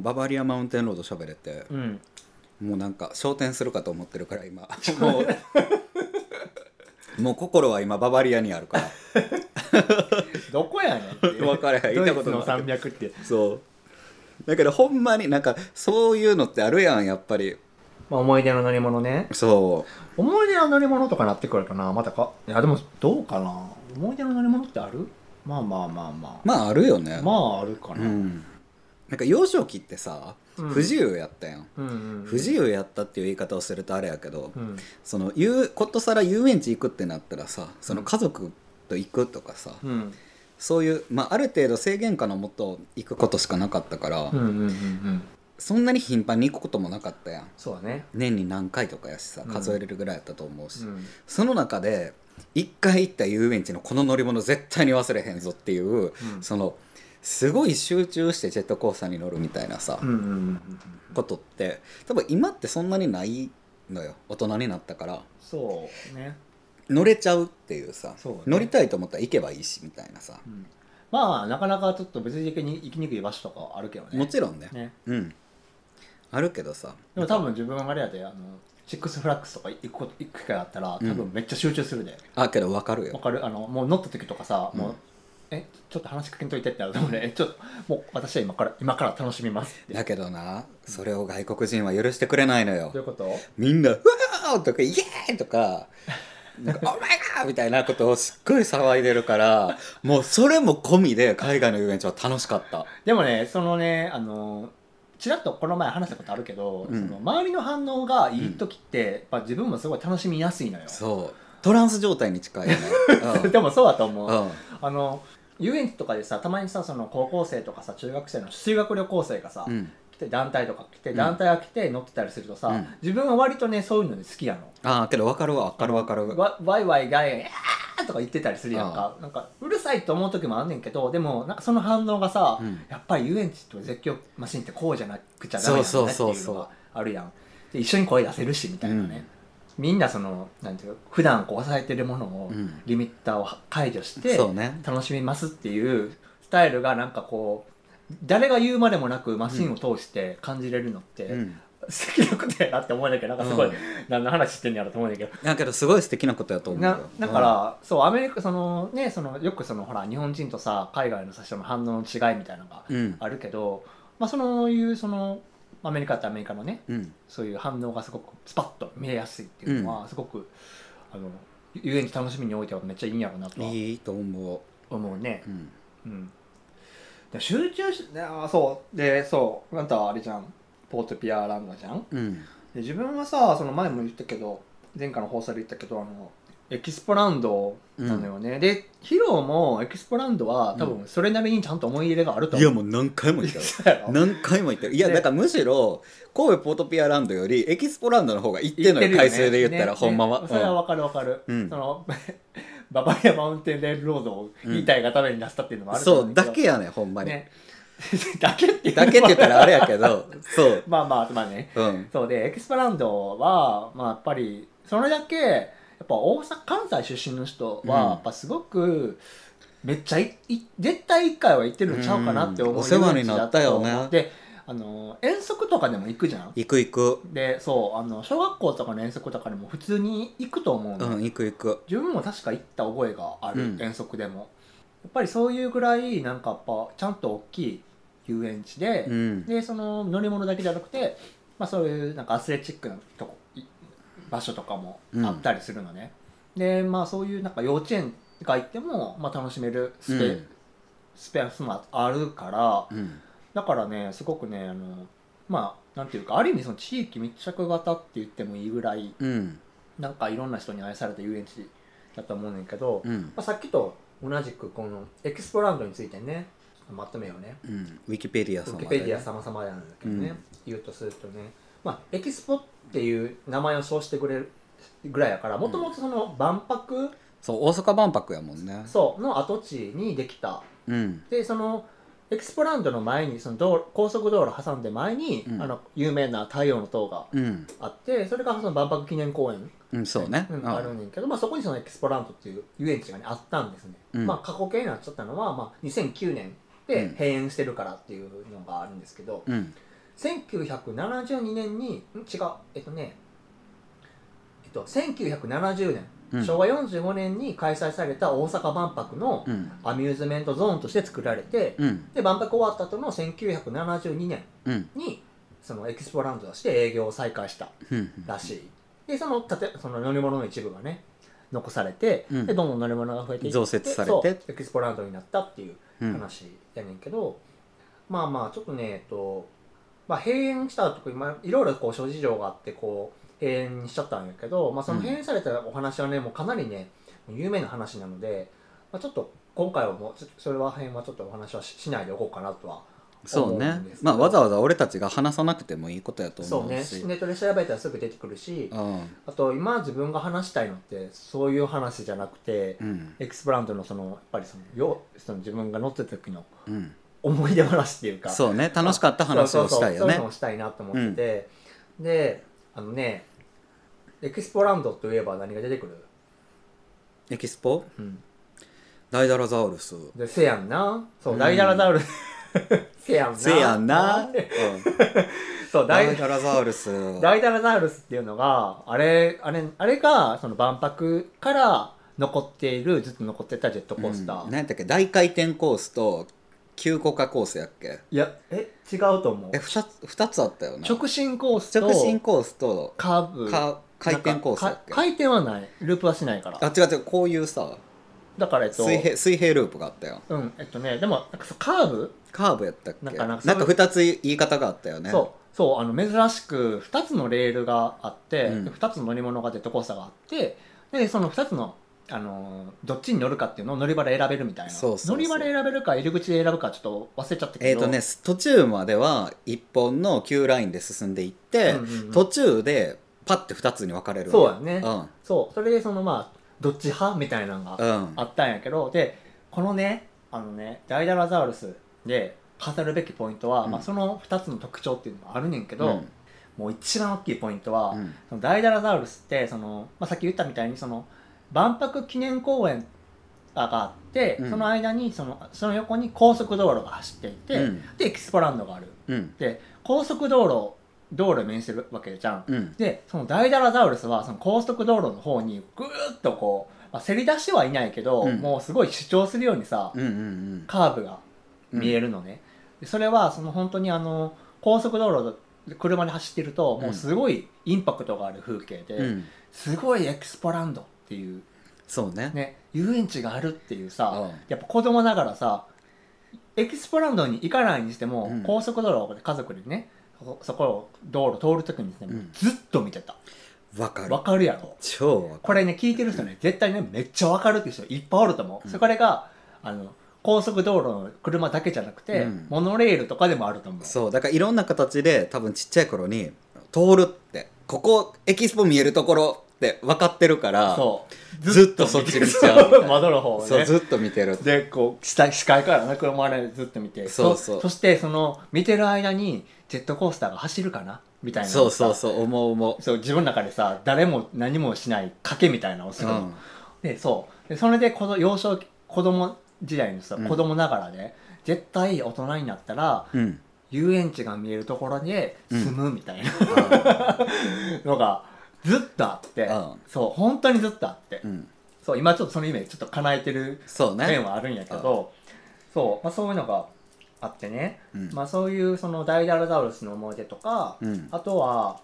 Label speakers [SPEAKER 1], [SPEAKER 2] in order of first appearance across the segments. [SPEAKER 1] バリアマウンテンロード喋れて、
[SPEAKER 2] うん
[SPEAKER 1] もうなんか昇天するかと思ってるから今もうもう心は今ババリアにあるから
[SPEAKER 2] どこやねんっていう
[SPEAKER 1] 分からへん行
[SPEAKER 2] ド
[SPEAKER 1] っ
[SPEAKER 2] イ
[SPEAKER 1] たこ
[SPEAKER 2] ツ
[SPEAKER 1] と
[SPEAKER 2] の
[SPEAKER 1] ない
[SPEAKER 2] 山脈って
[SPEAKER 1] そうだけどほんまになんかそういうのってあるやんやっぱり
[SPEAKER 2] まあ思い出の乗り物ね
[SPEAKER 1] そ
[SPEAKER 2] 思い出の乗り物とかなってくるかなまたかいやでもどうかな思い出の乗り物ってあるまあまあまあま
[SPEAKER 1] うまああるよね
[SPEAKER 2] あまああるか
[SPEAKER 1] う
[SPEAKER 2] な、
[SPEAKER 1] んなんか幼少期ってさ
[SPEAKER 2] うん
[SPEAKER 1] 不自由やったやん、
[SPEAKER 2] うんうん、
[SPEAKER 1] 不自由やったっていう言い方をするとあれやけど、
[SPEAKER 2] うん
[SPEAKER 1] そのゆうことさら遊園地行くってなったらさその家族と行くとかさ、
[SPEAKER 2] うん
[SPEAKER 1] そういう、まあ、ある程度制限下のもと行くことしかなかったから、
[SPEAKER 2] うんうんうんうん
[SPEAKER 1] そんなに頻繁に行くこともなかったやん
[SPEAKER 2] そうだね
[SPEAKER 1] 年に何回とかやしさ
[SPEAKER 2] うん
[SPEAKER 1] 数えれるぐらいやったと思うし、
[SPEAKER 2] うん
[SPEAKER 1] その中で一回行った遊園地のこの乗り物絶対に忘れへんぞっていう
[SPEAKER 2] うん
[SPEAKER 1] そのすごい集中してジェットコースターに乗るみたいなさ、
[SPEAKER 2] うんうんうんうん
[SPEAKER 1] ことって多分今ってそんなにないのよ大人になったから
[SPEAKER 2] そうね
[SPEAKER 1] 乗れちゃうっていうさ
[SPEAKER 2] そうね
[SPEAKER 1] 乗りたいと思ったら行けばいいしみたいなさ
[SPEAKER 2] うんまあなかなかちょっと別に行きに行きにくい場所とかあるけどね
[SPEAKER 1] もちろんね
[SPEAKER 2] ね
[SPEAKER 1] うんあるけどさ
[SPEAKER 2] でも多分自分があれやであのチックスフラックスとか行くこと行く機会あったら多分めっちゃ集中するで、
[SPEAKER 1] あけど分かる
[SPEAKER 2] わ
[SPEAKER 1] よ
[SPEAKER 2] かるあのもう乗った時とかさ、も
[SPEAKER 1] うん
[SPEAKER 2] うえちょっと話しかけんといてってなると思うね えちょっともう私は今から今から楽しみますって
[SPEAKER 1] だけどなそれを外国人は許してくれないのよ
[SPEAKER 2] どういうこと
[SPEAKER 1] みんな「うわー!」とか「イエーイ!」とか「なんかお前が!」みたいなことをすっごい騒いでるからもうそれも込みで海外の遊園地は楽しかった
[SPEAKER 2] でもねそのねあのちらっとこの前話したことあるけど、
[SPEAKER 1] うん
[SPEAKER 2] その周りの反応がいい時って、やっぱ自分もすごい楽しみやすいのよ、
[SPEAKER 1] そうトランス状態に近いよね
[SPEAKER 2] でもそうだと思
[SPEAKER 1] う
[SPEAKER 2] う、
[SPEAKER 1] んうん
[SPEAKER 2] あの遊園地とかでさたまにさその高校生とかさ中学生の修学旅行生がさ、
[SPEAKER 1] うん
[SPEAKER 2] 来て団体とか来て
[SPEAKER 1] うん
[SPEAKER 2] 団体が来て乗ってたりするとさ、
[SPEAKER 1] うん
[SPEAKER 2] 自分は割とねそういうので好きやの、
[SPEAKER 1] ああけど分かるわ分かる分かる
[SPEAKER 2] わわいわいがえーとか言ってたりするやんかなんかうるさいと思う時もあんねんけどでもなんかその反応がさ、
[SPEAKER 1] うん
[SPEAKER 2] やっぱり遊園地と絶叫マシンってこうじゃなくちゃダメなん
[SPEAKER 1] そう
[SPEAKER 2] だ
[SPEAKER 1] そう
[SPEAKER 2] ねって
[SPEAKER 1] そう
[SPEAKER 2] いうのがあるやんで一緒に声出せるしみたいなね、みんなそのなんていうか普段こう抑えてるものを、
[SPEAKER 1] うん
[SPEAKER 2] リミッターを解除して
[SPEAKER 1] そうね
[SPEAKER 2] 楽しみますっていうスタイルがなんかこう誰が言うまでもなくマシンを通して感じれるのって、
[SPEAKER 1] うん
[SPEAKER 2] 素敵なことやなって思うんだけどなんかすごい、
[SPEAKER 1] うん
[SPEAKER 2] 何の話してんやろと思うんだけど
[SPEAKER 1] だけどすごい素敵なことやと思うよ
[SPEAKER 2] なだから、そうアメリカそのねそのよくそのほら日本人とさ海外の最初の反応の違いみたいなのが
[SPEAKER 1] うんうん
[SPEAKER 2] あるけど、まあそういうそのアメリカってアメリカのね
[SPEAKER 1] うん
[SPEAKER 2] そういう反応がすごくスパッと見えやすいっていうのは、すごくあの遊園地楽しみにおいてはめっちゃいいんやろうなとはい
[SPEAKER 1] いと思
[SPEAKER 2] 思うね
[SPEAKER 1] う、うん、
[SPEAKER 2] うんで集中しあーそうでそうあんたはあれじゃんポートピアランドじゃん
[SPEAKER 1] うん、
[SPEAKER 2] で自分はさその前も言ったけど前回の放送で言ったけどあのエキスポランドなのよね、でヒロもエキスポランドは多分それなりにちゃんと思い入れがあると
[SPEAKER 1] い
[SPEAKER 2] 思
[SPEAKER 1] や
[SPEAKER 2] う、
[SPEAKER 1] もう何回も言った よ
[SPEAKER 2] そうやろ
[SPEAKER 1] 何回も言ってるいや
[SPEAKER 2] ね
[SPEAKER 1] だからむしろ神戸ポートピアランドよりエキスポランドの方が行ってんのよ
[SPEAKER 2] 言
[SPEAKER 1] 回
[SPEAKER 2] ね
[SPEAKER 1] 数で言ったら、
[SPEAKER 2] ね
[SPEAKER 1] ほんまは、
[SPEAKER 2] ねそれはわかるわかる、
[SPEAKER 1] うん
[SPEAKER 2] その ババリアマウンテンレールロードを言いたいがために出したっていうのも
[SPEAKER 1] う
[SPEAKER 2] あ
[SPEAKER 1] ん
[SPEAKER 2] ると思
[SPEAKER 1] そう
[SPEAKER 2] け
[SPEAKER 1] だ
[SPEAKER 2] ど
[SPEAKER 1] けやねほんまに、
[SPEAKER 2] ね だけっていうの
[SPEAKER 1] だ
[SPEAKER 2] も
[SPEAKER 1] けって言ったらあれやけ どそう
[SPEAKER 2] まあまあまあね
[SPEAKER 1] うん
[SPEAKER 2] そうでエキスパランドは、まあ、やっぱりそれだけやっぱ大阪関西出身の人は
[SPEAKER 1] うん
[SPEAKER 2] やっぱすごくめっちゃいい絶対一回は行ってるんちゃうかなって思う、
[SPEAKER 1] うんお世話になったよね
[SPEAKER 2] 遊園地だと思ってであの遠足とかでも行くじゃん
[SPEAKER 1] 行く行く
[SPEAKER 2] でそうあの小学校とかの遠足とかでも普通に行くと思う
[SPEAKER 1] う
[SPEAKER 2] の、
[SPEAKER 1] ん行く行く
[SPEAKER 2] 自分も確か行った覚えがある、
[SPEAKER 1] うん
[SPEAKER 2] 遠足でもやっぱりそういうぐらいなんかやっぱちゃんと大きい遊園地で、
[SPEAKER 1] うん
[SPEAKER 2] でその乗り物だけじゃなくて、まあ、そういうなんかアスレチックなとこい場所とかもあったりするのね、でまあそういうなんか幼稚園が行っても、まあ、楽しめるスペ,、
[SPEAKER 1] うん
[SPEAKER 2] スペースもあるから
[SPEAKER 1] うん
[SPEAKER 2] だからねすごくねあのまあなんていうかある意味その地域密着型って言ってもいいぐらい
[SPEAKER 1] うん
[SPEAKER 2] なんかいろんな人に愛された遊園地だと思うねんけど、
[SPEAKER 1] うん
[SPEAKER 2] まあ、さっきと同じくこのエキスポランドについてねちょっとまとめようね
[SPEAKER 1] うんウィキペディア
[SPEAKER 2] ウ
[SPEAKER 1] 様
[SPEAKER 2] ィ
[SPEAKER 1] で
[SPEAKER 2] キ
[SPEAKER 1] ね
[SPEAKER 2] ペディア様々なんだけどね、
[SPEAKER 1] うん
[SPEAKER 2] 言うとするとね、まあ、エキスポっていう名前をそうしてくれるぐらいやからもともとその万博、
[SPEAKER 1] そう大阪万博やもんね
[SPEAKER 2] そうの跡地にできた
[SPEAKER 1] うん
[SPEAKER 2] でそのエキスポランドの前にその道路高速道路挟んで前に、
[SPEAKER 1] うん
[SPEAKER 2] あの有名な太陽の塔が
[SPEAKER 1] うん
[SPEAKER 2] あってそれがその万博記念公園
[SPEAKER 1] うんそうね
[SPEAKER 2] うんあるねんけど、まあ、そこにそのエキスポランドっていう遊園地が、ね、あったんですね、
[SPEAKER 1] うん
[SPEAKER 2] まあ、過去形になっちゃったのは、まあ、2009年
[SPEAKER 1] う
[SPEAKER 2] で
[SPEAKER 1] ん
[SPEAKER 2] 閉園してるからっていうのがあるんですけど、
[SPEAKER 1] うん
[SPEAKER 2] 1972年にん違うえっとねえっと1970年、
[SPEAKER 1] うん
[SPEAKER 2] 昭和45年に開催された大阪万博の
[SPEAKER 1] うん
[SPEAKER 2] アミューズメントゾーンとして作られて、
[SPEAKER 1] うん
[SPEAKER 2] で万博終わった後の1972年
[SPEAKER 1] うん
[SPEAKER 2] にそのエキスポランドとして営業を再開した
[SPEAKER 1] うん
[SPEAKER 2] らしい、でそのたてその乗り物の一部がね残されて、
[SPEAKER 1] うん
[SPEAKER 2] でどんどん乗り物が増えていって
[SPEAKER 1] 増設されて
[SPEAKER 2] そうエキスポランドになったっていう
[SPEAKER 1] うん
[SPEAKER 2] 話やねんけど、まあまあちょっとねえっと、まあ、閉園したとこ今いろいろこう諸事情があってこう閉園にしちゃったんやけど、まあ、その
[SPEAKER 1] うん
[SPEAKER 2] 閉園されたお話はねもうかなりね有名な話なので、まあ、ちょっと今回はもうちょっとそれら辺はちょっとお話はししないでおこうかなとは
[SPEAKER 1] そう
[SPEAKER 2] 思う
[SPEAKER 1] ね
[SPEAKER 2] んですけど
[SPEAKER 1] まあわざわざ俺たちが話さなくてもいいことやと
[SPEAKER 2] そう
[SPEAKER 1] 思
[SPEAKER 2] ね
[SPEAKER 1] うし
[SPEAKER 2] ネットで調べたらすぐ出てくるしあと今自分が話したいのってそういう話じゃなくて、
[SPEAKER 1] うん
[SPEAKER 2] エクスプラントのそのやっぱりそのよその自分が乗ってた時の
[SPEAKER 1] うん
[SPEAKER 2] 思い出話っていうか
[SPEAKER 1] そうね楽しかった話をしたいよ
[SPEAKER 2] そうそうそうそういう
[SPEAKER 1] ね
[SPEAKER 2] のをしたいなと思ってて、であのねエキスポランドといえば何が出てくる、
[SPEAKER 1] エキスポ
[SPEAKER 2] うん、
[SPEAKER 1] ダイダラザウルス
[SPEAKER 2] でせやんなそう、
[SPEAKER 1] うん
[SPEAKER 2] ダイダラザウ ルスせやんな
[SPEAKER 1] せやんな
[SPEAKER 2] そう
[SPEAKER 1] ダ
[SPEAKER 2] ダ
[SPEAKER 1] イ
[SPEAKER 2] イ
[SPEAKER 1] ダラザウルス
[SPEAKER 2] ダイダラザウルスっていうのがあれあれあれがその万博から残っているずっと残ってたジェットコースター、
[SPEAKER 1] うん何やったっけ大回転コースと急降下コースやっけ
[SPEAKER 2] いやえ違うと思う
[SPEAKER 1] え二つ二つあったよな
[SPEAKER 2] 直進コースと
[SPEAKER 1] 直進コースと
[SPEAKER 2] カーブ
[SPEAKER 1] か回転コースだ
[SPEAKER 2] なん
[SPEAKER 1] っ
[SPEAKER 2] かか
[SPEAKER 1] け
[SPEAKER 2] 回転はないループはしないから
[SPEAKER 1] あ違う違うこういうさ
[SPEAKER 2] だからえっと
[SPEAKER 1] 水平水平ループがあったよ
[SPEAKER 2] うんえっとねでもなんかそうカーブ、
[SPEAKER 1] カーブやったっけ
[SPEAKER 2] な
[SPEAKER 1] なんん
[SPEAKER 2] か
[SPEAKER 1] か
[SPEAKER 2] なんかそう
[SPEAKER 1] 2つ言い方があったよね
[SPEAKER 2] そうそうあの珍しく2つのレールがあって、
[SPEAKER 1] うん
[SPEAKER 2] で2つの乗り物がジェットコースターがあってでその2つの、あのーどっちに乗るかっていうのを乗り場で選べるみたいな
[SPEAKER 1] そうそうそう
[SPEAKER 2] 乗り場で選べるか入り口で選ぶかちょっと忘れちゃったけど
[SPEAKER 1] えっ、とね途中までは1本の Q ラインで進んでいって、
[SPEAKER 2] うんうんうん
[SPEAKER 1] 途中でパッて2つに分かれる
[SPEAKER 2] そうやね、
[SPEAKER 1] うん
[SPEAKER 2] そうそれでそのまあどっち派みたいなのが
[SPEAKER 1] うん
[SPEAKER 2] あったんやけどでこのねあのねダイダラザウルスで語るべきポイントは、
[SPEAKER 1] うん
[SPEAKER 2] まあ、その2つの特徴っていうのがあるねんけど、
[SPEAKER 1] うん
[SPEAKER 2] もう一番大きいポイントは、
[SPEAKER 1] うん
[SPEAKER 2] そのダイダラザウルスってその、まあ、さっき言ったみたいにその万博記念公園があって、
[SPEAKER 1] うん
[SPEAKER 2] その間にそのその横に高速道路が走っていて、
[SPEAKER 1] うん
[SPEAKER 2] でエキスポランドがある
[SPEAKER 1] うん
[SPEAKER 2] で高速道路道路に面するわけじゃん、
[SPEAKER 1] うん
[SPEAKER 2] でそのダイダラザウルスはその高速道路の方にぐーっとこう、まあ、せり出してはいないけど、
[SPEAKER 1] うん
[SPEAKER 2] もうすごい主張するようにさ、
[SPEAKER 1] うんうん
[SPEAKER 2] カーブが
[SPEAKER 1] うん
[SPEAKER 2] 見えるのね、でそれはその本当にあの高速道路で車で走ってると
[SPEAKER 1] うん
[SPEAKER 2] もうすごいインパクトがある風景で、
[SPEAKER 1] うん
[SPEAKER 2] すごいエクスポランドっていう
[SPEAKER 1] そうね
[SPEAKER 2] ね遊園地があるっていう
[SPEAKER 1] う
[SPEAKER 2] さ、
[SPEAKER 1] ん
[SPEAKER 2] やっぱ子供ながらさエキスポランドに行かないにしても、
[SPEAKER 1] うん
[SPEAKER 2] 高速道路で家族でねそそこを道路通る時にですね、
[SPEAKER 1] うん
[SPEAKER 2] ずっと見てた
[SPEAKER 1] わかる
[SPEAKER 2] わかるやろ
[SPEAKER 1] 超わか
[SPEAKER 2] これね聞いてる人ね絶対ねめっちゃわかるっていう人いっぱいおると思う、
[SPEAKER 1] うん
[SPEAKER 2] そこれがあの高速道路の車だけじゃなくて、
[SPEAKER 1] うん
[SPEAKER 2] モノレールとかでもあると思う
[SPEAKER 1] るそうだからいろんな形で多分ちっちゃい頃に通るってここエキスポ見えるところって分かってるから
[SPEAKER 2] そう
[SPEAKER 1] ずっとそっち見ちゃうみたいな
[SPEAKER 2] 窓の方をね
[SPEAKER 1] そうずっと見てる
[SPEAKER 2] でこう下視界からね車でずっと見て
[SPEAKER 1] そうそう
[SPEAKER 2] そしてその見てる間にジェットコースターが走るかなみたいな
[SPEAKER 1] そうそう
[SPEAKER 2] う
[SPEAKER 1] そう思う思
[SPEAKER 2] そう自分の中でさ誰も何もしない賭けみたいなのをす
[SPEAKER 1] う、う
[SPEAKER 2] るの、
[SPEAKER 1] ん、
[SPEAKER 2] でそうでそれでこの幼少期子供時代のさ
[SPEAKER 1] うん
[SPEAKER 2] 子供ながらね、絶対大人になったら
[SPEAKER 1] うん、
[SPEAKER 2] 遊園地が見えるところで住むみたいなのがずっとあって、
[SPEAKER 1] うん
[SPEAKER 2] そう本当にずっとあって、
[SPEAKER 1] うん、
[SPEAKER 2] そう今ちょっとその夢ちょっと叶えてる
[SPEAKER 1] そうね
[SPEAKER 2] 面はあるんやけど、そう、まあ、そういうのがあってね、
[SPEAKER 1] うん
[SPEAKER 2] まあ、そういうそのダイダラザウルスの思い出とか、
[SPEAKER 1] うん、
[SPEAKER 2] あとは、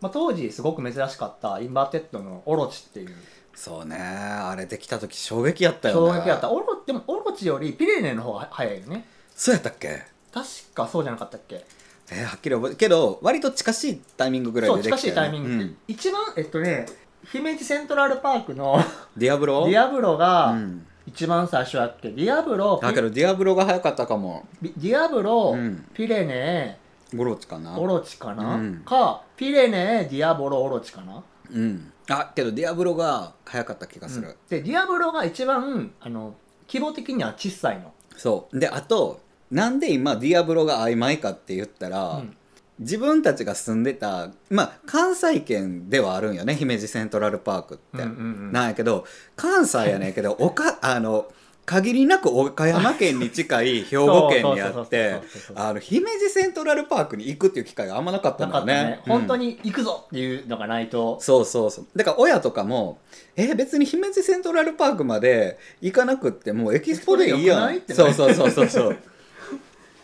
[SPEAKER 2] まあ、当時すごく珍しかったインバーテッドのオロチっていう
[SPEAKER 1] そうねあれできた時衝撃やったよ
[SPEAKER 2] 衝
[SPEAKER 1] ね
[SPEAKER 2] 撃だったオロでもオロチよりピレネの方が早いよね
[SPEAKER 1] そうやったっけ
[SPEAKER 2] 確かそうじゃなかったっけ
[SPEAKER 1] えーはっきり覚えけど割と近しいタイミングぐらい
[SPEAKER 2] そう
[SPEAKER 1] でで
[SPEAKER 2] 近
[SPEAKER 1] き
[SPEAKER 2] したい
[SPEAKER 1] よ、ね、
[SPEAKER 2] タイミング、
[SPEAKER 1] うん
[SPEAKER 2] 一番えっとね姫路セントラルパークの
[SPEAKER 1] ディアブロ
[SPEAKER 2] ディアブロが
[SPEAKER 1] うん、
[SPEAKER 2] 一番最初やっけディアブロ
[SPEAKER 1] だけどディアブロが早かったかも
[SPEAKER 2] ピディアブロ、
[SPEAKER 1] うん
[SPEAKER 2] ピレネ
[SPEAKER 1] ゴロチかな
[SPEAKER 2] オロチかな、
[SPEAKER 1] うん
[SPEAKER 2] かピレネディアボロオロチかな、
[SPEAKER 1] うんあけどディアブロが早かった気がする、
[SPEAKER 2] うんでディアブロが一番あの規模的には小さいの、
[SPEAKER 1] そうであとなんで今ディアブロが曖昧かって言ったら、
[SPEAKER 2] うん
[SPEAKER 1] 自分たちが住んでた、まあ、関西圏ではあるんよね姫路セントラルパークって、
[SPEAKER 2] うんうんうん
[SPEAKER 1] なんやけど関西やねんけどおかあの限りなく岡山県に近い兵庫県にあっ
[SPEAKER 2] そう
[SPEAKER 1] て
[SPEAKER 2] そうそうそうそうそうそう
[SPEAKER 1] あの姫路セントラルパークに行くっていう機会があんまなかった
[SPEAKER 2] なんん
[SPEAKER 1] だ
[SPEAKER 2] か
[SPEAKER 1] よ
[SPEAKER 2] ね
[SPEAKER 1] ね
[SPEAKER 2] 本当
[SPEAKER 1] に、
[SPEAKER 2] に行くぞっていうのがない
[SPEAKER 1] う
[SPEAKER 2] と
[SPEAKER 1] ん、そうそうそうだから親とかも「え別に姫路セントラルパークまで行かなくってもうエキスポでいいや
[SPEAKER 2] エ
[SPEAKER 1] ん」
[SPEAKER 2] キスポ
[SPEAKER 1] そ
[SPEAKER 2] で
[SPEAKER 1] う
[SPEAKER 2] よく
[SPEAKER 1] そうそうそうそ う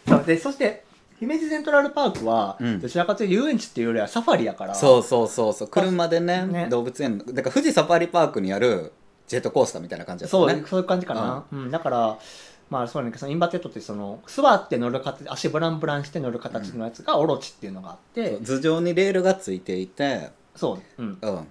[SPEAKER 2] そうでそして姫路セントラルパークは、
[SPEAKER 1] うん
[SPEAKER 2] どちらかというと遊園地っていうよりはサファリやから
[SPEAKER 1] そうそうそうそう車でね
[SPEAKER 2] ね
[SPEAKER 1] 動物園のだから富士サファリパークにあるジェットコースターみたいな感じだった
[SPEAKER 2] そう,、
[SPEAKER 1] ね
[SPEAKER 2] そういう感じかな、うんだからまあそうねそのインバテッドってその座って乗る形足ブランブランして乗る形のやつがオロチっていうのがあって、
[SPEAKER 1] そう頭上にレールがついていて
[SPEAKER 2] そううん
[SPEAKER 1] うん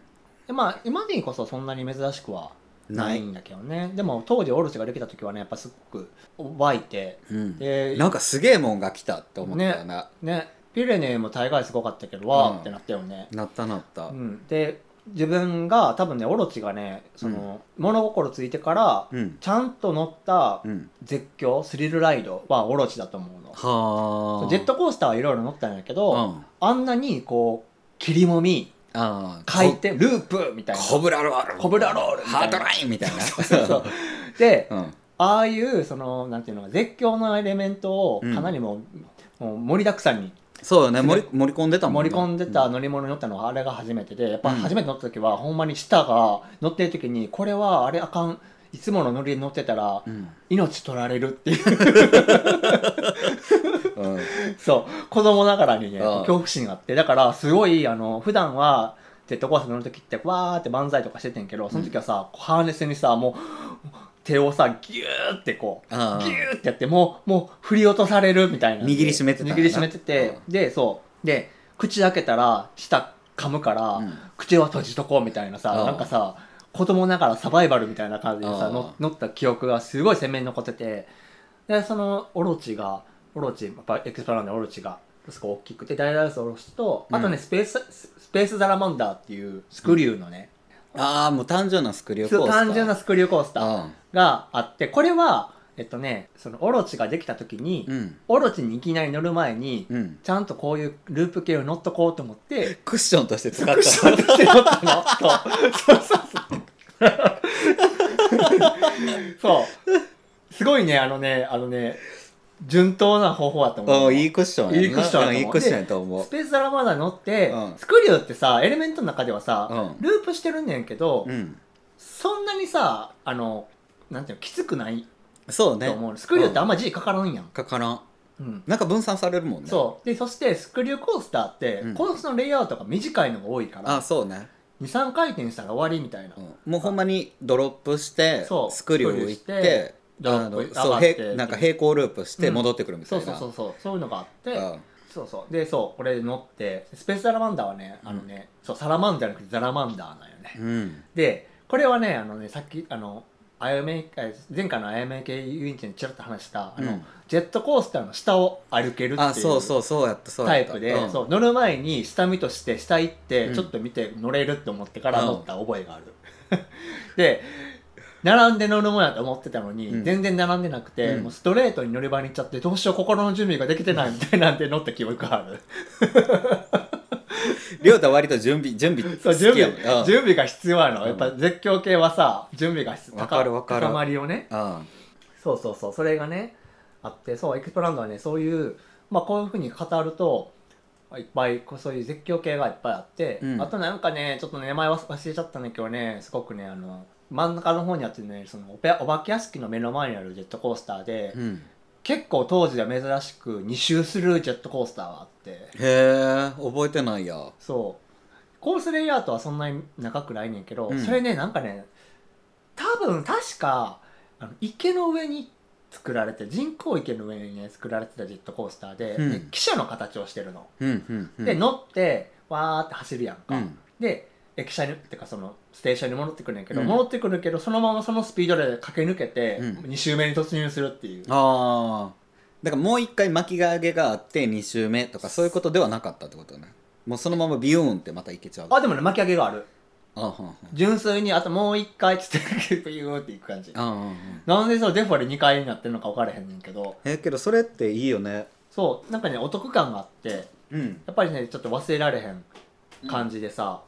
[SPEAKER 2] でまあ今までにこそそんなに珍しくは
[SPEAKER 1] な
[SPEAKER 2] ないいんだけどねでも当時オロチができた時はねやっぱすごく湧いて
[SPEAKER 1] うん
[SPEAKER 2] で
[SPEAKER 1] なんかすげえもんが来たって思ったよな、
[SPEAKER 2] ねピレネーも大概すごかったけどわーってなったよね、
[SPEAKER 1] なったなった、
[SPEAKER 2] うんで自分が多分ねオロチがねその、物心ついてから
[SPEAKER 1] うん
[SPEAKER 2] ちゃんと乗った
[SPEAKER 1] うん
[SPEAKER 2] 絶叫スリルライドはオロチだと思うの
[SPEAKER 1] はあ
[SPEAKER 2] ジェットコースターはいろいろ乗ったんだけど、
[SPEAKER 1] うん
[SPEAKER 2] あんなにこう切りもみ
[SPEAKER 1] あー
[SPEAKER 2] 回転ループみたいな
[SPEAKER 1] こコブラロール
[SPEAKER 2] コブラロールみたいな
[SPEAKER 1] ハートラインみたいな
[SPEAKER 2] そうそうで
[SPEAKER 1] うん
[SPEAKER 2] ああいうそのなんていうのか絶叫のエレメントを
[SPEAKER 1] うん
[SPEAKER 2] かなりもう,、もう盛りだくさんに
[SPEAKER 1] そうよね盛り盛り込んでたもん
[SPEAKER 2] 盛
[SPEAKER 1] ね
[SPEAKER 2] り込んで
[SPEAKER 1] う
[SPEAKER 2] た
[SPEAKER 1] ん
[SPEAKER 2] 乗り物に乗ったのはあれが初めてでやっぱ
[SPEAKER 1] うん
[SPEAKER 2] 初めて乗った時はほんまに舌が乗ってる時にこれはあれあかんいつもの乗りに乗ってたら
[SPEAKER 1] うん
[SPEAKER 2] 命取られるっていう
[SPEAKER 1] うん
[SPEAKER 2] そう子供ながらにね
[SPEAKER 1] ああ
[SPEAKER 2] 恐怖心があってだからすごいあの普段はジェットコースター乗る時ってわーって万歳とかしててんけどその時はさ、ハーネスにさもう手をさギューってこう
[SPEAKER 1] あー
[SPEAKER 2] ギューってやってもうもう振り落とされるみたいな
[SPEAKER 1] 握りしめてたんやな
[SPEAKER 2] 握りしめてて、でそうで口開けたら舌噛むから、
[SPEAKER 1] うん
[SPEAKER 2] 口は閉じとこうみたいなさ、
[SPEAKER 1] うん
[SPEAKER 2] なんかさ子供ながらサバイバルみたいな感じでさ、
[SPEAKER 1] うん
[SPEAKER 2] の乗った記憶がすごい鮮明に残っててでそのオロチがオロチやっぱエクスパランドのオロチがすごい大きくてダイダイスオロチとあとね、
[SPEAKER 1] うん
[SPEAKER 2] スペースススペースザラマンダーっていうスクリューのね、
[SPEAKER 1] ああもう単純なスクリューコースター
[SPEAKER 2] 単純なスクリューコースターがあってこれはえっとねそのオロチができた時に、
[SPEAKER 1] うんうん
[SPEAKER 2] オロチにいきなり乗る前に、
[SPEAKER 1] うん
[SPEAKER 2] ちゃんとこういうループ系を乗っとこうと思って
[SPEAKER 1] クッションとして使った
[SPEAKER 2] クッションとして乗ったのそうそうそうそうそうすごいねあのねあのね順当な方法だと思
[SPEAKER 1] う
[SPEAKER 2] うん
[SPEAKER 1] いいクッションや
[SPEAKER 2] いいクッション
[SPEAKER 1] う
[SPEAKER 2] やと思う
[SPEAKER 1] んいいクッションやと思う
[SPEAKER 2] スペースザラマーダー乗って、
[SPEAKER 1] うん
[SPEAKER 2] スクリューってさエレメントの中ではさ、
[SPEAKER 1] う
[SPEAKER 2] ループしてるんねんけど、
[SPEAKER 1] んうん
[SPEAKER 2] そんなにさあのなんていうのきつくない
[SPEAKER 1] そう
[SPEAKER 2] と
[SPEAKER 1] ね
[SPEAKER 2] 思う、スクリューってあんま G かからんやん、
[SPEAKER 1] かからん
[SPEAKER 2] うん、
[SPEAKER 1] なんか分散されるもんね
[SPEAKER 2] そうでそしてスクリューコースターって、
[SPEAKER 1] うん
[SPEAKER 2] コースのレイアウトが短いのが多いか
[SPEAKER 1] あ
[SPEAKER 2] ら
[SPEAKER 1] そうね、
[SPEAKER 2] 23回転したら終わりみたいな、
[SPEAKER 1] うんもうほんまにドロップして
[SPEAKER 2] そう
[SPEAKER 1] スクリュー行っ
[SPEAKER 2] スクリューしてドロ
[SPEAKER 1] あ
[SPEAKER 2] ップ
[SPEAKER 1] の
[SPEAKER 2] 上
[SPEAKER 1] そ
[SPEAKER 2] が
[SPEAKER 1] う
[SPEAKER 2] って
[SPEAKER 1] 平なんか平行ループして
[SPEAKER 2] うん
[SPEAKER 1] 戻ってくるみた
[SPEAKER 2] そう
[SPEAKER 1] い
[SPEAKER 2] そ
[SPEAKER 1] な
[SPEAKER 2] うそうそうそういうのがあって、
[SPEAKER 1] うん
[SPEAKER 2] そうそうでそうこれ乗ってスペースサラマンダーはねあのね、そうサラマンダーじゃなくてザラマンダーなんよね、
[SPEAKER 1] うん
[SPEAKER 2] でこれはねあのねさっきあのあやめえ前回のあやめ系遊園地にちらっと話したあの、
[SPEAKER 1] うん
[SPEAKER 2] ジェットコースターの下を歩けるっていう
[SPEAKER 1] あそうそうそうやったそう
[SPEAKER 2] タ
[SPEAKER 1] やっ
[SPEAKER 2] イ
[SPEAKER 1] た
[SPEAKER 2] プで、
[SPEAKER 1] うん
[SPEAKER 2] そう乗る前に下見として下行って、
[SPEAKER 1] うん
[SPEAKER 2] ちょっと見て乗れるって思ってから乗った覚えがある、 で並んで乗るもんやと思ってたのに、
[SPEAKER 1] うん
[SPEAKER 2] 全然並んでなくて、
[SPEAKER 1] うん
[SPEAKER 2] もうストレートに乗り場に行っちゃってどうしよう心の準備ができてないみたいなんで乗った記憶が ある
[SPEAKER 1] りょうた割と準備準備
[SPEAKER 2] そう準備
[SPEAKER 1] 好きやもんうん
[SPEAKER 2] 準備が必要なの、
[SPEAKER 1] うん
[SPEAKER 2] やっぱ絶叫系はさ準備が必要
[SPEAKER 1] わかるわかる
[SPEAKER 2] 高まりをね
[SPEAKER 1] うん
[SPEAKER 2] そうそうそうそれがねあってそうエクスプランドはねそういう、まあ、こういうふうに語るといっぱいこうそういう絶叫系がいっぱいあって、
[SPEAKER 1] うん
[SPEAKER 2] あとなんかねちょっとね名前忘忘れちゃったんだけどねすごくねあの真ん中の方にあってねそのおべお化け屋敷の目の前にあるジェットコースターで、
[SPEAKER 1] うん
[SPEAKER 2] 結構当時では珍しく2周するジェットコースターがあって
[SPEAKER 1] へえ覚えてないや
[SPEAKER 2] そうコースレイアウトはそんなに長くないねんけど、
[SPEAKER 1] うん
[SPEAKER 2] それねなんかね多分確かあの池の上に作られて人工池の上にね作られてたジェットコースターで、
[SPEAKER 1] うん
[SPEAKER 2] で汽車の形をしてるの、
[SPEAKER 1] うんうんうん
[SPEAKER 2] で乗ってわーって走るやんか、
[SPEAKER 1] うん
[SPEAKER 2] で駅舎にってかそのステーションに戻ってくるんやけど、
[SPEAKER 1] うん
[SPEAKER 2] 戻ってくるけどそのままそのスピードで駆け抜けて、
[SPEAKER 1] うん
[SPEAKER 2] 2周目に突入するっていう
[SPEAKER 1] ああだからもう一回巻き上げがあって2周目とかそういうことではなかったってことねもうそのままビューンってまたいけちゃう
[SPEAKER 2] あでもね巻き上げがある
[SPEAKER 1] あはんはん
[SPEAKER 2] 純粋にあともう1回っつって ピューっていく感じ
[SPEAKER 1] あはんはん
[SPEAKER 2] なんでそうデフォで2回になってるのか分からへんねんけど
[SPEAKER 1] えけどそれっていいよね
[SPEAKER 2] そうなんかねお得感があってや
[SPEAKER 1] うん
[SPEAKER 2] っぱりねちょっと忘れられへん感じでさ、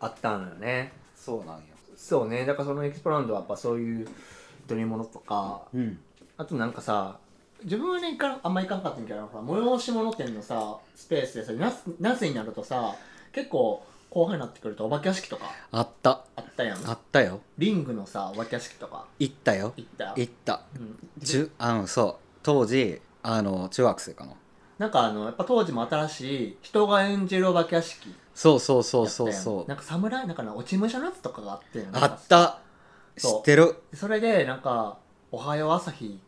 [SPEAKER 2] あったのよね
[SPEAKER 1] そうなんよ
[SPEAKER 2] そうねだからそのエキスプランドはやっぱそういうトに物とか
[SPEAKER 1] うん
[SPEAKER 2] あとなんかさ自分はね行かんあんま行かなかったんやけどほら催し物店のさスペースでさ夏夏になるとさ結構後輩になってくるとお化け屋敷とか
[SPEAKER 1] あった
[SPEAKER 2] あったやん
[SPEAKER 1] あったよ
[SPEAKER 2] リングのさお化け屋敷とか
[SPEAKER 1] 行ったよ
[SPEAKER 2] 行った
[SPEAKER 1] 行った
[SPEAKER 2] うん
[SPEAKER 1] じゅあのそう当時あの中学生かな
[SPEAKER 2] なんかあのやっぱ当時も新しい人が演じるお化け屋敷やったやん
[SPEAKER 1] そうそうそうそうそう
[SPEAKER 2] なんか侍なんかな落ち武者のやつとかがあってなん
[SPEAKER 1] あ
[SPEAKER 2] か
[SPEAKER 1] った知
[SPEAKER 2] そう
[SPEAKER 1] ってる
[SPEAKER 2] それでなんか「おはよう朝日」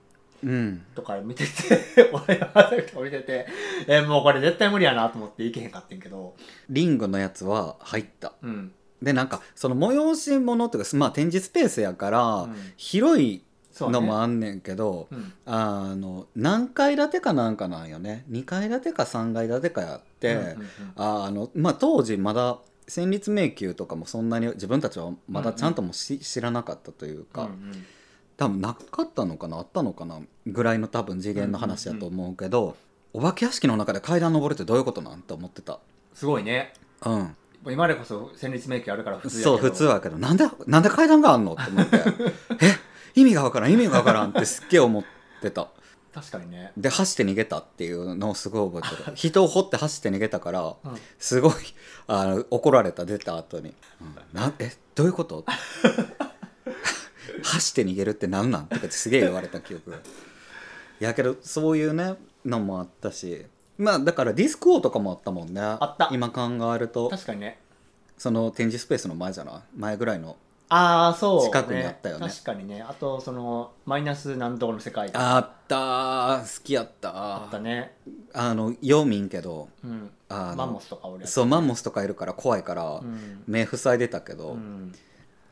[SPEAKER 1] うん
[SPEAKER 2] とか見てて おはよう朝日とか見ててえもうこれ絶対無理やなと思って行けへんかってんけど
[SPEAKER 1] リングのやつは入った
[SPEAKER 2] うん
[SPEAKER 1] でなんかその催し物っていうか、まあ、展示スペースやから、
[SPEAKER 2] うん
[SPEAKER 1] 広い
[SPEAKER 2] そうね
[SPEAKER 1] のもあんねんけど、
[SPEAKER 2] うん
[SPEAKER 1] あの何階建てかなんかなんよね2階建てか3階建てかやって、
[SPEAKER 2] うんうんうん
[SPEAKER 1] ああのまあ、当時まだ戦慄迷宮とかもそんなに自分たちはまだちゃんともし、知らなかったというか、
[SPEAKER 2] うんうん
[SPEAKER 1] 多分なかったのかなあったのかなぐらいの多分次元の話やと思うけど、お化け屋敷の中で階段登るってどういうことなんて思ってた。
[SPEAKER 2] すごいね
[SPEAKER 1] うん、
[SPEAKER 2] もう今でこそ戦慄迷宮あるから普通やけ
[SPEAKER 1] そ
[SPEAKER 2] ど
[SPEAKER 1] う普通はけどなんでなんで階段があんのって思って え意味がわからん意味がわからんってすっげえ思ってた
[SPEAKER 2] 確かにね、
[SPEAKER 1] で走って逃げたっていうのをすごい覚えてる人を掘って走って逃げたから
[SPEAKER 2] うん
[SPEAKER 1] すごいあの怒られた出た後に、うん、なんえどういうこと 走って逃げるってなんなんとかってすげえ言われた記憶がやけどそういうねのもあったしまあだからディスク王とかもあったもんねあ
[SPEAKER 2] った
[SPEAKER 1] 今考えると
[SPEAKER 2] 確かにね
[SPEAKER 1] その展示スペースの前じゃない前ぐらいの
[SPEAKER 2] ああそう、ね、
[SPEAKER 1] 近くにあったよね
[SPEAKER 2] 確かにねあとそのマイナス何度の世界が
[SPEAKER 1] あったー好きやったー
[SPEAKER 2] あったね
[SPEAKER 1] あの読みんけど
[SPEAKER 2] うん
[SPEAKER 1] あの
[SPEAKER 2] マンモスとか俺
[SPEAKER 1] そうマンモスとかいるから怖いから、
[SPEAKER 2] うん、
[SPEAKER 1] 目塞いでたけど、
[SPEAKER 2] うん、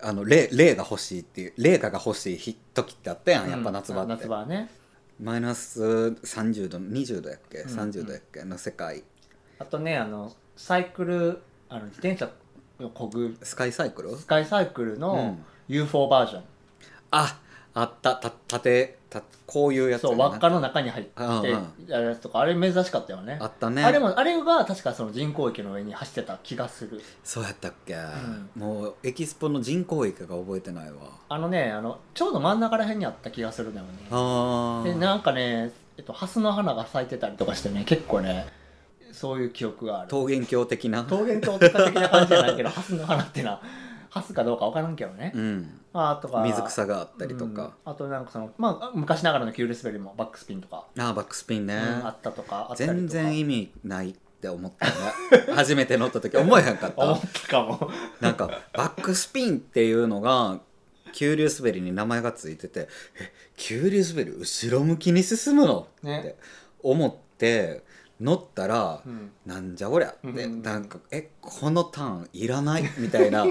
[SPEAKER 1] あの霊霊が欲しいっていう霊がが欲しい時ってあったやんやっぱ夏場
[SPEAKER 2] うん
[SPEAKER 1] って、
[SPEAKER 2] 夏場はね
[SPEAKER 1] マイナス30度20度やっけ、
[SPEAKER 2] うん
[SPEAKER 1] 30度やっけの世界
[SPEAKER 2] あとねあのサイクルあの自転車のこぐ
[SPEAKER 1] スカイサイクル
[SPEAKER 2] スカイサイクル
[SPEAKER 1] う
[SPEAKER 2] の
[SPEAKER 1] ん
[SPEAKER 2] UFO バージョン、
[SPEAKER 1] ああったた縦たこういうやつや
[SPEAKER 2] そう
[SPEAKER 1] な
[SPEAKER 2] 輪っかの中に入って
[SPEAKER 1] うんうん
[SPEAKER 2] やるやつとかあれ珍しかったよね
[SPEAKER 1] あったね
[SPEAKER 2] あれもあれが確かその人工池の上に走ってた気がする
[SPEAKER 1] そうやったっけ、
[SPEAKER 2] ん
[SPEAKER 1] もうエキスポの人工池が覚えてないわ
[SPEAKER 2] あのねあのちょうど真ん中ら辺にあった気がするんだよね
[SPEAKER 1] あ
[SPEAKER 2] で
[SPEAKER 1] ー
[SPEAKER 2] なんかね、えっと、ハスの花が咲いてたりとかしてね結構ねそういう記憶がある
[SPEAKER 1] 桃源郷的な
[SPEAKER 2] 桃源郷とか的な感じじゃないけどハスの花ってなハスかどうか分からんけどね、
[SPEAKER 1] うん、
[SPEAKER 2] まあとか
[SPEAKER 1] 水草があったりとか、
[SPEAKER 2] うんあとなんかその、まあ、昔ながらのキュール滑りもバックスピンとか、
[SPEAKER 1] ああバックスピンね、
[SPEAKER 2] うんあったとかあったりとか
[SPEAKER 1] 全然意味ないって思ったね初めて乗った時思えへんかっ
[SPEAKER 2] 思
[SPEAKER 1] た
[SPEAKER 2] ったかも
[SPEAKER 1] なんかバックスピンっていうのが急流滑りに名前がついてて「え急流滑り後ろ向きに進むの?」って
[SPEAKER 2] ね
[SPEAKER 1] 思って乗ったら
[SPEAKER 2] う、ん
[SPEAKER 1] なんじゃこりゃって、
[SPEAKER 2] うん
[SPEAKER 1] なんかえこのターンいらないみたい な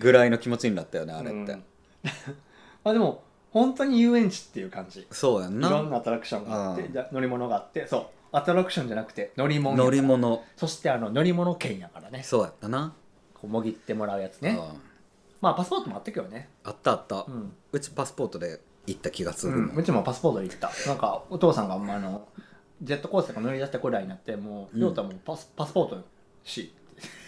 [SPEAKER 1] ぐらいの気持ちになったよねあれって、
[SPEAKER 2] うん まあでも本当に遊園地っていう感じい
[SPEAKER 1] そうやん
[SPEAKER 2] ろん
[SPEAKER 1] な
[SPEAKER 2] なアトラクションがあって、
[SPEAKER 1] うん
[SPEAKER 2] じゃ乗り物があってそうアトラクションじゃなくて乗り物や
[SPEAKER 1] 乗り物
[SPEAKER 2] そしてあの乗り物券やからね
[SPEAKER 1] そうやったな、
[SPEAKER 2] こうもぎってもらうやつ
[SPEAKER 1] う
[SPEAKER 2] ね
[SPEAKER 1] ん
[SPEAKER 2] まあパスポートもあったけどね
[SPEAKER 1] あったあった、う
[SPEAKER 2] うん、
[SPEAKER 1] ちパスポートで行った気がす
[SPEAKER 2] う
[SPEAKER 1] る
[SPEAKER 2] ん
[SPEAKER 1] もん、
[SPEAKER 2] うちもパスポートで行ったなんかお父さんがもうあのジェットコースターとか乗り出したくらいになっても
[SPEAKER 1] う
[SPEAKER 2] うん亮太もうパスパスポートし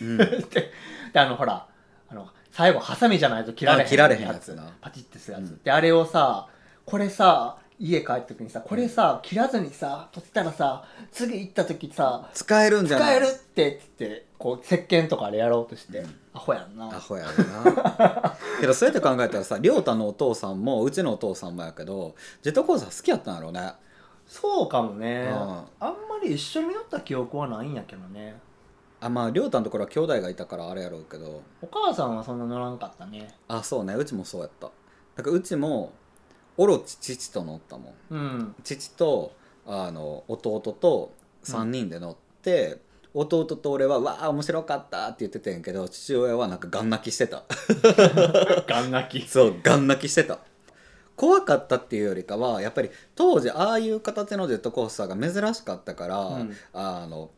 [SPEAKER 1] うん
[SPEAKER 2] ってであのほらあの最後ハサミじゃないと切られへん
[SPEAKER 1] あ切られへんやつな
[SPEAKER 2] パチってするやつ、
[SPEAKER 1] うん
[SPEAKER 2] であれをさこれさ家帰った時にさこれさ切らずにさ取ったらさ次行った時さ
[SPEAKER 1] 使えるんじゃな
[SPEAKER 2] 使
[SPEAKER 1] い
[SPEAKER 2] えるってっつってこう石鹸とかあれやろうとして、
[SPEAKER 1] うん
[SPEAKER 2] アホやんな
[SPEAKER 1] アホやろな けどそうやって考えたらさ亮太のお父さんもうちのお父さんもやけどジェットコースター好きやったんやろうね
[SPEAKER 2] そうかもね、
[SPEAKER 1] うん
[SPEAKER 2] あんまり一緒になった記憶はないんやけどね
[SPEAKER 1] あまあ亮太のところは兄弟がいたからあれやろうけど
[SPEAKER 2] お母さんはそんな乗らんかったね
[SPEAKER 1] あそうねうちもそうやっただからうちもオロチ父と乗ったもん
[SPEAKER 2] うん
[SPEAKER 1] 父とあの弟と3人で乗って、弟と俺は「わあ面白かった」って言っててんけど父親はなんかガン泣きしてた
[SPEAKER 2] ガン泣き
[SPEAKER 1] そうガン泣きしてた怖かったっていうよりかはやっぱり当時ああいう形のジェットコースターが珍しかったから、
[SPEAKER 2] うん
[SPEAKER 1] あの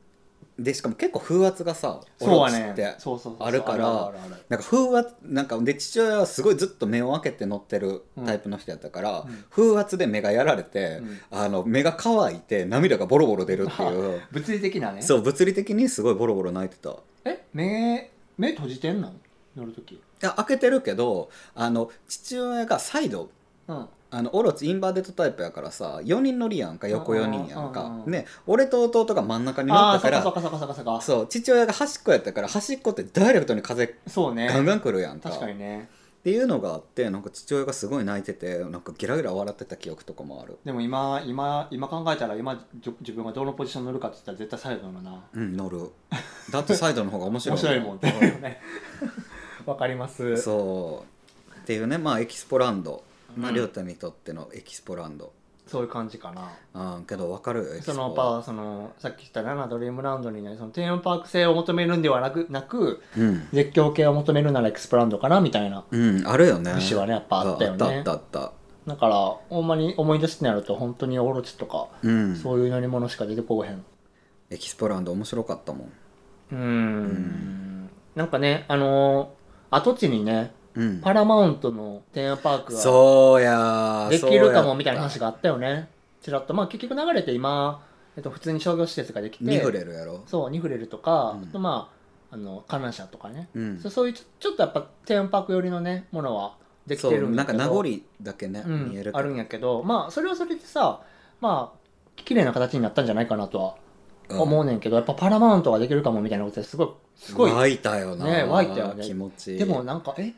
[SPEAKER 1] でしかも結構風圧がさ
[SPEAKER 2] そうは
[SPEAKER 1] オロ
[SPEAKER 2] ね
[SPEAKER 1] チって
[SPEAKER 2] そうそうそう
[SPEAKER 1] あるから
[SPEAKER 2] あるあるある
[SPEAKER 1] なんか風圧なんかで父親はすごいずっと目を開けて乗ってるタイプの人やったから、
[SPEAKER 2] うん
[SPEAKER 1] 風圧で目がやられて、
[SPEAKER 2] うん
[SPEAKER 1] あの目が乾いて涙がボロボロ出るっていう
[SPEAKER 2] 物理的な ね
[SPEAKER 1] そう物理的にすごいボロボロ泣いてたい
[SPEAKER 2] え目目閉じてんの乗るとき
[SPEAKER 1] や開けてるけどあの父親が再度
[SPEAKER 2] うん
[SPEAKER 1] あのオロチインバーデッドタイプやからさ4人乗りやんか横4人やん
[SPEAKER 2] うんうん
[SPEAKER 1] か
[SPEAKER 2] うん
[SPEAKER 1] ね俺と弟が真ん中に乗
[SPEAKER 2] あ
[SPEAKER 1] っ
[SPEAKER 2] あ
[SPEAKER 1] た
[SPEAKER 2] そ
[SPEAKER 1] か
[SPEAKER 2] っからそっかそっかそっかそっか
[SPEAKER 1] そう父親が端っこやったから端っこってダイレクトに風
[SPEAKER 2] そうね
[SPEAKER 1] ガンガン来るやんか
[SPEAKER 2] 確かにね
[SPEAKER 1] っていうのがあってなんか父親がすごい泣いててなんかギラギラ笑ってた記憶とかもある
[SPEAKER 2] でも今今今考えたら今じょ自分がどのポジションに乗るかって言ったら絶対サイドなのな
[SPEAKER 1] うん乗 るだってサイドの方が面白
[SPEAKER 2] 面
[SPEAKER 1] い
[SPEAKER 2] 白いもんね わかります
[SPEAKER 1] そうっていうねまあエキスポランド、まあ
[SPEAKER 2] うん
[SPEAKER 1] 亮太にとってのエキスポランド
[SPEAKER 2] そういう感じかな
[SPEAKER 1] あーけど分かるよエキス
[SPEAKER 2] そ
[SPEAKER 1] ポ
[SPEAKER 2] のパワーそのさっき言った7ドリームランドにねそのテーマパーク性を求めるんではなくなく
[SPEAKER 1] うん、
[SPEAKER 2] 絶叫系を求めるならエクスプランドかなみたいな
[SPEAKER 1] うん、あるよね
[SPEAKER 2] 節はねやっぱあったよね
[SPEAKER 1] あったあったあっ
[SPEAKER 2] だからほんまに思い出してなると本当にオロチとか、
[SPEAKER 1] たうん
[SPEAKER 2] そういう乗り物しか出てこうへん
[SPEAKER 1] エキスポランド面白かったもん
[SPEAKER 2] うーんなんかねあのー跡地にね
[SPEAKER 1] うん
[SPEAKER 2] パラマウントのテーマパークが
[SPEAKER 1] そうやー
[SPEAKER 2] で
[SPEAKER 1] そう
[SPEAKER 2] き
[SPEAKER 1] やっ
[SPEAKER 2] る
[SPEAKER 1] た
[SPEAKER 2] かもみたいな話があったよねちらっとまあ結局流れて今、えっと、普通に商業施設ができて
[SPEAKER 1] ニフレルやろ
[SPEAKER 2] そうニフレルとか、
[SPEAKER 1] うん
[SPEAKER 2] あとまああの観覧車とかね、
[SPEAKER 1] うん
[SPEAKER 2] そそういうちょちょっとやっぱテーマパーク寄りのねものはでき
[SPEAKER 1] そ
[SPEAKER 2] てる
[SPEAKER 1] うんな
[SPEAKER 2] だ
[SPEAKER 1] ん
[SPEAKER 2] け
[SPEAKER 1] か
[SPEAKER 2] ど
[SPEAKER 1] 名残だけね、
[SPEAKER 2] うん
[SPEAKER 1] 見える
[SPEAKER 2] あるんやけどまあそれはそれでさまあ綺麗な形になったんじゃないかなとは思うねんけど、やっぱパラマウントができるかもみたいなことですごいすごい
[SPEAKER 1] 湧いたよな
[SPEAKER 2] ね湧いたよね
[SPEAKER 1] 気持ちいい
[SPEAKER 2] でも、なんかえ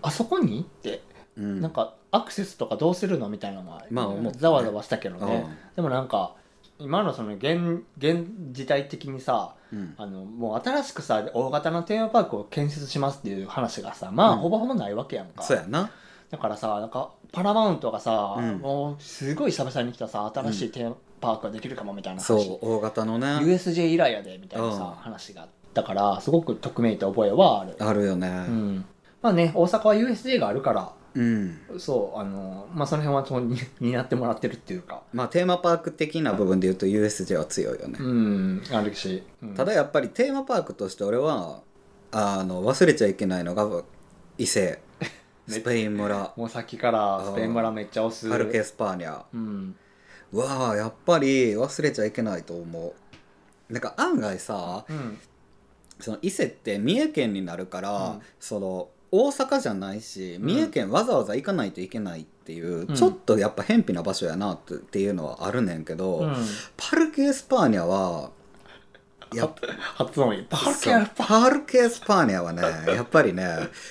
[SPEAKER 2] あそこにって、
[SPEAKER 1] うん、
[SPEAKER 2] なんかアクセスとかどうするのみたいなのは、
[SPEAKER 1] まあ思ったね
[SPEAKER 2] ざわざわしたけど
[SPEAKER 1] うん、
[SPEAKER 2] ね、でもなんか今のその現現時代的にさ
[SPEAKER 1] うん
[SPEAKER 2] あのもう新しくさ大型のテーマパークを建設しますっていう話がさまあ、
[SPEAKER 1] うん
[SPEAKER 2] ほぼほぼないわけやんか
[SPEAKER 1] そうやな
[SPEAKER 2] だからさなんかパラマウントがさ、
[SPEAKER 1] うん
[SPEAKER 2] もうすごい久々に来たさ新しいテーマパークができるかもみたいな話、
[SPEAKER 1] そう大型のね
[SPEAKER 2] USJ 以来やでみたいなさ、
[SPEAKER 1] うん
[SPEAKER 2] 話があったからすごく匿名いた覚えはある、
[SPEAKER 1] あるよ
[SPEAKER 2] う
[SPEAKER 1] ね
[SPEAKER 2] ん、まあね大阪は USJ があるから
[SPEAKER 1] うん、
[SPEAKER 2] そうあのまあその辺はそうに 担ってもらってるっていうか
[SPEAKER 1] まあテーマパーク的な部分で言うと USJ は強いよね、
[SPEAKER 2] うんあるし、うん
[SPEAKER 1] ただやっぱりテーマパークとして俺はあの忘れちゃいけないのが伊勢 スペイン村
[SPEAKER 2] もうさっきからスペイン村めっちゃ押す
[SPEAKER 1] パルケ・スパーニャ
[SPEAKER 2] うん
[SPEAKER 1] わあやっぱり忘れちゃいけないと思うなんか案外さ
[SPEAKER 2] うん
[SPEAKER 1] その伊勢って三重県になるから、
[SPEAKER 2] うん
[SPEAKER 1] その大阪じゃないし
[SPEAKER 2] ん
[SPEAKER 1] 三重県わざわざ行かないといけないっていう、
[SPEAKER 2] うん
[SPEAKER 1] ちょっとやっぱ偏僻な場所やなってっていうのはあるねんけど、
[SPEAKER 2] うん
[SPEAKER 1] パルケ・スパーニャはやっぱ
[SPEAKER 2] 発音いいパルケ
[SPEAKER 1] そうパルケ・スパーニャはねやっぱりね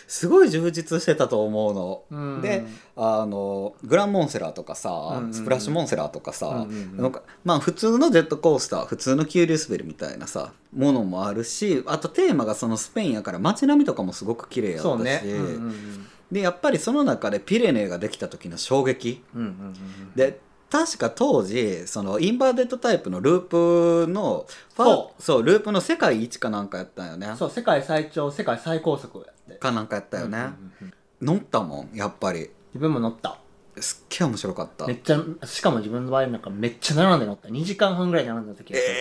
[SPEAKER 1] すごい充実してたと思うの。
[SPEAKER 2] うん
[SPEAKER 1] であのグランモンセラーとかさ、
[SPEAKER 2] うんうん
[SPEAKER 1] スプラッシュモンセラーとかさ、
[SPEAKER 2] うんうんうん
[SPEAKER 1] なんかまあ普通のジェットコースター普通の急流滑りみたいなさものもあるしあとテーマがそのスペインやから街並みとかもすごく綺麗やったし
[SPEAKER 2] そうねうんうんうん
[SPEAKER 1] でやっぱりその中でピレネーができた時の衝撃
[SPEAKER 2] うんうんうん
[SPEAKER 1] で確か当時そのインバーデッドタイプのループのファー
[SPEAKER 2] そ
[SPEAKER 1] そうループの世界一かなんかやったんよね
[SPEAKER 2] そう世界最長世界最高速やって
[SPEAKER 1] かなんかやったよね、
[SPEAKER 2] うんうんうん
[SPEAKER 1] 乗ったもんやっぱり
[SPEAKER 2] 自分も乗った
[SPEAKER 1] すっげえ面白かった
[SPEAKER 2] めっちゃしかも自分の場合なんかめっちゃ並んで乗った2時間半ぐらい並んだ時がする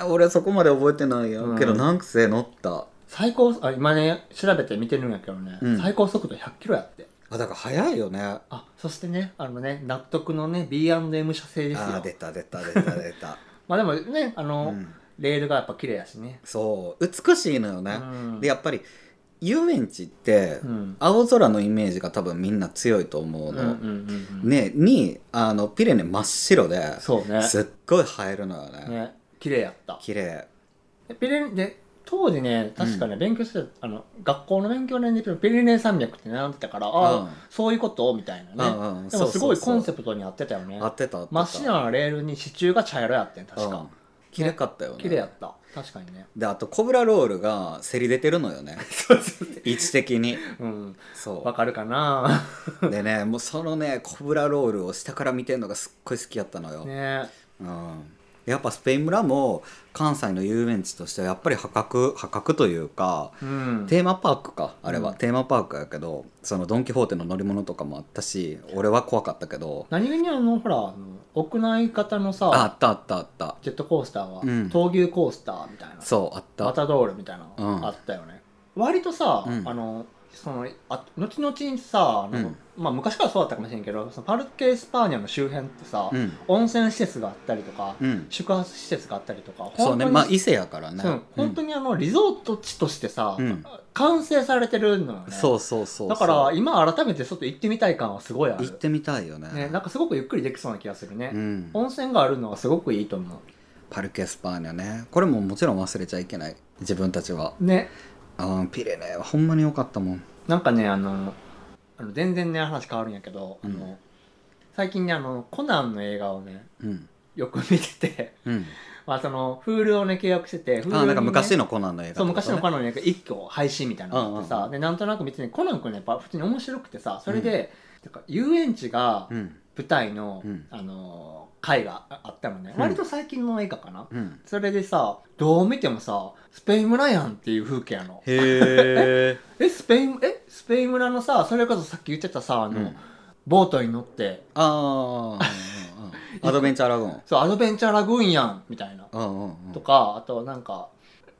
[SPEAKER 1] えー、俺そこまで覚えてないよ、
[SPEAKER 2] うん
[SPEAKER 1] けど何癖乗った
[SPEAKER 2] 最高あ今ね調べて見てるんやけどね、
[SPEAKER 1] うん
[SPEAKER 2] 最高速度100キロやって
[SPEAKER 1] あだから早いよねあ
[SPEAKER 2] あそしてねあのね納得のね B&M 社製ですよ
[SPEAKER 1] ー出た出た出た出 た、
[SPEAKER 2] まあでもねあの、
[SPEAKER 1] うん
[SPEAKER 2] レールがやっぱ綺麗やしね
[SPEAKER 1] そう美しいのよね、
[SPEAKER 2] うん
[SPEAKER 1] でやっぱり遊園地って
[SPEAKER 2] うん
[SPEAKER 1] 青空のイメージが多分みんな強いと思う
[SPEAKER 2] うんうんう
[SPEAKER 1] の、
[SPEAKER 2] んうん
[SPEAKER 1] ねにあのピレネ真っ白で
[SPEAKER 2] そうね
[SPEAKER 1] すっごい映えるのよね
[SPEAKER 2] ね綺麗やった
[SPEAKER 1] 綺麗
[SPEAKER 2] でピレで当時ね確かね、勉強してたあの学校の勉強でピレネー山脈って並んでたからああ、
[SPEAKER 1] うん
[SPEAKER 2] そういうことみたいなね、
[SPEAKER 1] うんうん
[SPEAKER 2] でもすごいコンセ
[SPEAKER 1] プ
[SPEAKER 2] プトに合ってたよね
[SPEAKER 1] 合ってた合ってた
[SPEAKER 2] 真っ白なレールに支柱が茶色やってん確
[SPEAKER 1] う
[SPEAKER 2] か
[SPEAKER 1] ん、綺麗かったよね
[SPEAKER 2] 綺麗やった確かにね
[SPEAKER 1] であとコブラロールがせり出てるのよね位置的に
[SPEAKER 2] うんわ
[SPEAKER 1] そ
[SPEAKER 2] かるかな
[SPEAKER 1] うでねもうそのねコブラロールを下から見てるのがすっごい好きやったのよ、
[SPEAKER 2] ね
[SPEAKER 1] うん、やっぱスペイン村も関西の遊園地としてはやっぱり破格破格というか
[SPEAKER 2] うん
[SPEAKER 1] テーマパークかあれは、
[SPEAKER 2] うん
[SPEAKER 1] テーマパークやけどそのドン・キホーテの乗り物とかもあったし俺は怖かったけど
[SPEAKER 2] 何気にあのほらあの屋内型の
[SPEAKER 1] ああ
[SPEAKER 2] さ
[SPEAKER 1] ったあったあった
[SPEAKER 2] ジェットコースターは、
[SPEAKER 1] うん
[SPEAKER 2] 闘牛コースターみたいな
[SPEAKER 1] そうあった
[SPEAKER 2] マタドールみたいなのあったよね、割とさ、
[SPEAKER 1] うん
[SPEAKER 2] あのそのあ後々にさあの、
[SPEAKER 1] うん
[SPEAKER 2] まあ、昔からそうだったかもしれんけどそのパルケ・エスパーニャの周辺ってさ、
[SPEAKER 1] うん
[SPEAKER 2] 温泉施設があったりとか、
[SPEAKER 1] うん
[SPEAKER 2] 宿泊施設があったりとか
[SPEAKER 1] そうね
[SPEAKER 2] 本当に
[SPEAKER 1] まあ伊勢やからね
[SPEAKER 2] そう本当にあのリゾート地としてさ、
[SPEAKER 1] うん
[SPEAKER 2] 完成されてるのよ
[SPEAKER 1] うん
[SPEAKER 2] ね
[SPEAKER 1] そうそうそうそう
[SPEAKER 2] だから今改めてちょっと行ってみたい感はすごいあ
[SPEAKER 1] 行っ
[SPEAKER 2] る、
[SPEAKER 1] てみたいよね
[SPEAKER 2] ね、なんかすごくゆっくりできそうな気がするね、
[SPEAKER 1] うん、
[SPEAKER 2] 温泉があるのはすごくいいと思
[SPEAKER 1] パルケ・スパーニャねこれももちろん忘れちゃいけない自分たちは
[SPEAKER 2] うね
[SPEAKER 1] あーピレネーはほんまに良かったもん
[SPEAKER 2] なんかねあのあの全然ね話変わるんやけど、あ
[SPEAKER 1] うん
[SPEAKER 2] の最近ねあのコナンの映画をね
[SPEAKER 1] うん
[SPEAKER 2] よく見てて
[SPEAKER 1] うん
[SPEAKER 2] まあその Hulu をね契約してて Hulu
[SPEAKER 1] あーなんか昔
[SPEAKER 2] の
[SPEAKER 1] のコナンの映画
[SPEAKER 2] そう昔のコ
[SPEAKER 1] ン
[SPEAKER 2] ナンの映画一挙配信みたいなのがあってさ、
[SPEAKER 1] うんうんう
[SPEAKER 2] でなんとなく見ててコナン君ねやっぱ普通に面白くてさそれで、てか遊園地が
[SPEAKER 1] うん
[SPEAKER 2] 舞台の、
[SPEAKER 1] うん
[SPEAKER 2] あのー回があったのね、
[SPEAKER 1] うん
[SPEAKER 2] 割と最近の映画かな
[SPEAKER 1] うん
[SPEAKER 2] それでさどう見てもさスペイン村やんっていう風景やの
[SPEAKER 1] へえ
[SPEAKER 2] えスペインえスペイン村のさそれこそさっき言ってた さあの、
[SPEAKER 1] うん
[SPEAKER 2] ボートに乗って
[SPEAKER 1] ああアドベンチャーラグーン
[SPEAKER 2] そうアドベンチャーラグーンやんみたいな、
[SPEAKER 1] うんうんうん
[SPEAKER 2] とかあとなんか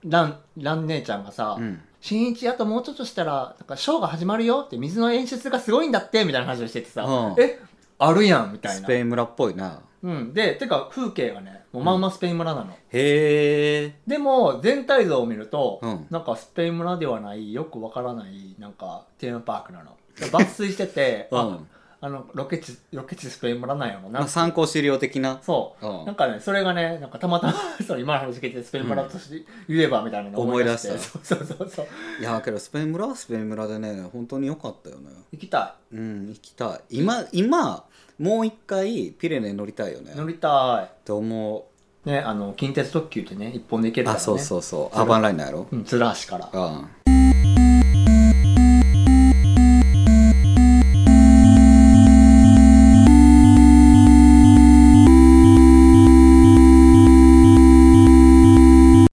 [SPEAKER 2] ランラン姉ちゃんがさ、
[SPEAKER 1] うん
[SPEAKER 2] 新一あともうちょっとしたらなんかショーが始まるよって水の演出がすごいんだってみたいな話をしててさ、
[SPEAKER 1] うん
[SPEAKER 2] えあるやんみたい
[SPEAKER 1] ス
[SPEAKER 2] な
[SPEAKER 1] ペイン村っぽいな
[SPEAKER 2] うん、でてか風景がねもうまんまスペイン村なの、
[SPEAKER 1] へえ
[SPEAKER 2] でも全体像を見ると、
[SPEAKER 1] うん、
[SPEAKER 2] なんかスペイン村ではないよくわからないなんかテーマパークなの抜粋してて
[SPEAKER 1] うん
[SPEAKER 2] ああのロケ地ロケ地スペイン村なんやろな、
[SPEAKER 1] まあ参考資料的な
[SPEAKER 2] そううなん
[SPEAKER 1] ん
[SPEAKER 2] かねそれがねなんかたまたま そう今の話聞いてスペイン村として言えばみたいなのを
[SPEAKER 1] 思い出し
[SPEAKER 2] そうそうそうそう
[SPEAKER 1] いやけどスペイン村はスペイン村でね本当に良かったよね
[SPEAKER 2] 行きた
[SPEAKER 1] うん行きたい今今もう一回ピレネ乗りたいよね
[SPEAKER 2] い乗りた
[SPEAKER 1] と思
[SPEAKER 2] いねあの近鉄特急ってね一本で行け
[SPEAKER 1] う、
[SPEAKER 2] るか
[SPEAKER 1] あ
[SPEAKER 2] ら、ね、
[SPEAKER 1] そう
[SPEAKER 2] う、
[SPEAKER 1] そうそう
[SPEAKER 2] れ
[SPEAKER 1] アーバンラインなんやろ
[SPEAKER 2] ん、ズラーシから
[SPEAKER 1] うん